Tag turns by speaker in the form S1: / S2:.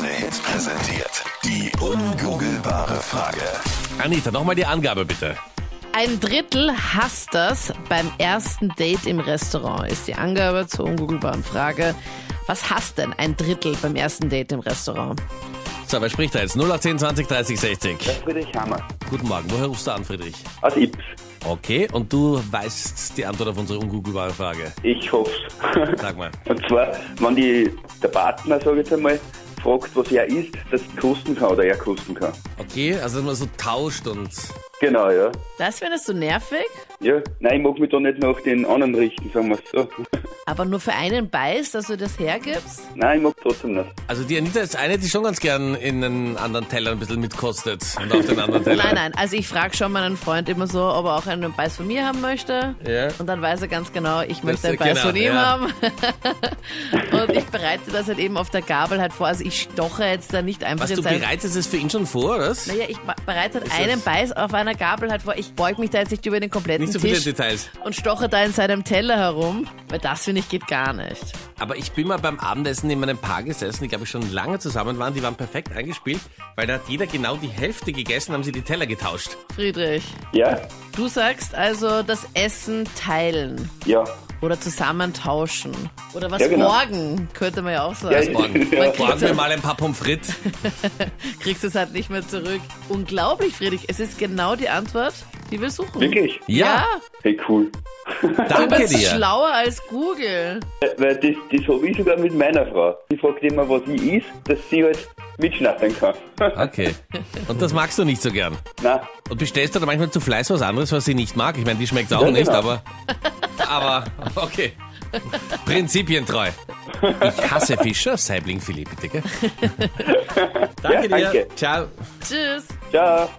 S1: Welt präsentiert. Die ungoogelbare Frage.
S2: Anita, nochmal die Angabe bitte.
S3: Ein Drittel hasst das beim ersten Date im Restaurant, ist die Angabe zur ungoogelbaren Frage. Was hasst denn ein Drittel beim ersten Date im Restaurant?
S2: So, wer spricht da jetzt? 018 20 30 60.
S4: Friedrich Hammer
S2: Guten Morgen, woher rufst du an, Friedrich?
S4: aus Ips.
S2: Okay, und du weißt die Antwort auf unsere ungoogelbare Frage.
S4: Ich hoff's.
S2: Sag mal.
S4: Und zwar, wenn die, der Partner, sage ich jetzt einmal, fragt, was er isst, das kosten kann oder er kosten kann.
S2: Okay, also dass man so tauscht und...
S4: Genau, ja.
S3: Das findest du nervig,
S4: Ja, nein, ich mag mich da nicht nach den anderen richten, sagen wir's so.
S3: aber nur für einen Beiß, dass du das hergibst?
S4: Nein, ich mag trotzdem nicht.
S2: Also die Anita ist eine, die schon ganz gern in den anderen Teller ein bisschen mitkostet und auf den anderen Teller.
S3: Nein, nein, also ich frage schon meinen Freund immer so, ob er auch einen Beiß von mir haben möchte.
S2: Ja.
S3: Und dann weiß er ganz genau, ich möchte einen
S2: genau,
S3: Beiß von ihm
S2: ja.
S3: haben. Und ich bereite das halt eben auf der Gabel halt vor. Also ich stoche jetzt da nicht einfach
S2: Was, du
S3: jetzt halt. einen-
S2: bereitest es für ihn schon vor, oder? was?
S3: Naja, ich ba- bereite
S2: Ist das-
S3: einen Beiß auf einer Gabel halt vor. Ich beug mich da jetzt nicht über den kompletten
S2: Nicht so viele
S3: Tisch
S2: Details.
S3: und stoche da in seinem Teller herum, weil das finde ich geht gar nicht.
S2: Aber ich bin mal beim Abendessen in meinem Paar gesessen, die glaube ich schon lange zusammen waren, die waren perfekt eingespielt, weil da hat jeder genau die Hälfte gegessen, haben sie die Teller getauscht.
S3: Friedrich,
S4: Ja?
S3: du sagst also das Essen teilen
S4: Ja.
S3: oder zusammentauschen oder was
S4: Ja, genau.
S3: morgen könnte man ja auch
S4: Ja,
S3: sagen.
S4: ich-
S2: Morgen,
S4: Ja.
S2: morgen wir mal ein paar Pommes frites.
S3: Kriegst es halt nicht mehr zurück. Unglaublich, Friedrich, es ist genau die Antwort, die wir suchen.
S4: Wirklich?
S2: Ja,
S4: Hey, cool.
S3: Du
S2: danke
S3: bist
S2: dir.
S3: schlauer als Google.
S4: Äh, Weil das, das habe ich sogar mit meiner Frau. Die fragt immer, was ich is, dass sie halt mitschnattern kann.
S2: Okay. Und das magst du nicht so gern.
S4: Nein,
S2: Und bestellst du da manchmal zu Fleiß was anderes, was sie nicht mag? Ich meine, die schmeckt auch
S4: Ja,
S2: nicht,
S4: genau.
S2: aber. Aber, okay. Prinzipientreu. Ich hasse Fischer, Saibling Philipp, bitte, gell? Danke
S4: Ja,
S2: dir.
S4: danke.
S2: Ciao.
S3: Tschüss.
S4: ciao.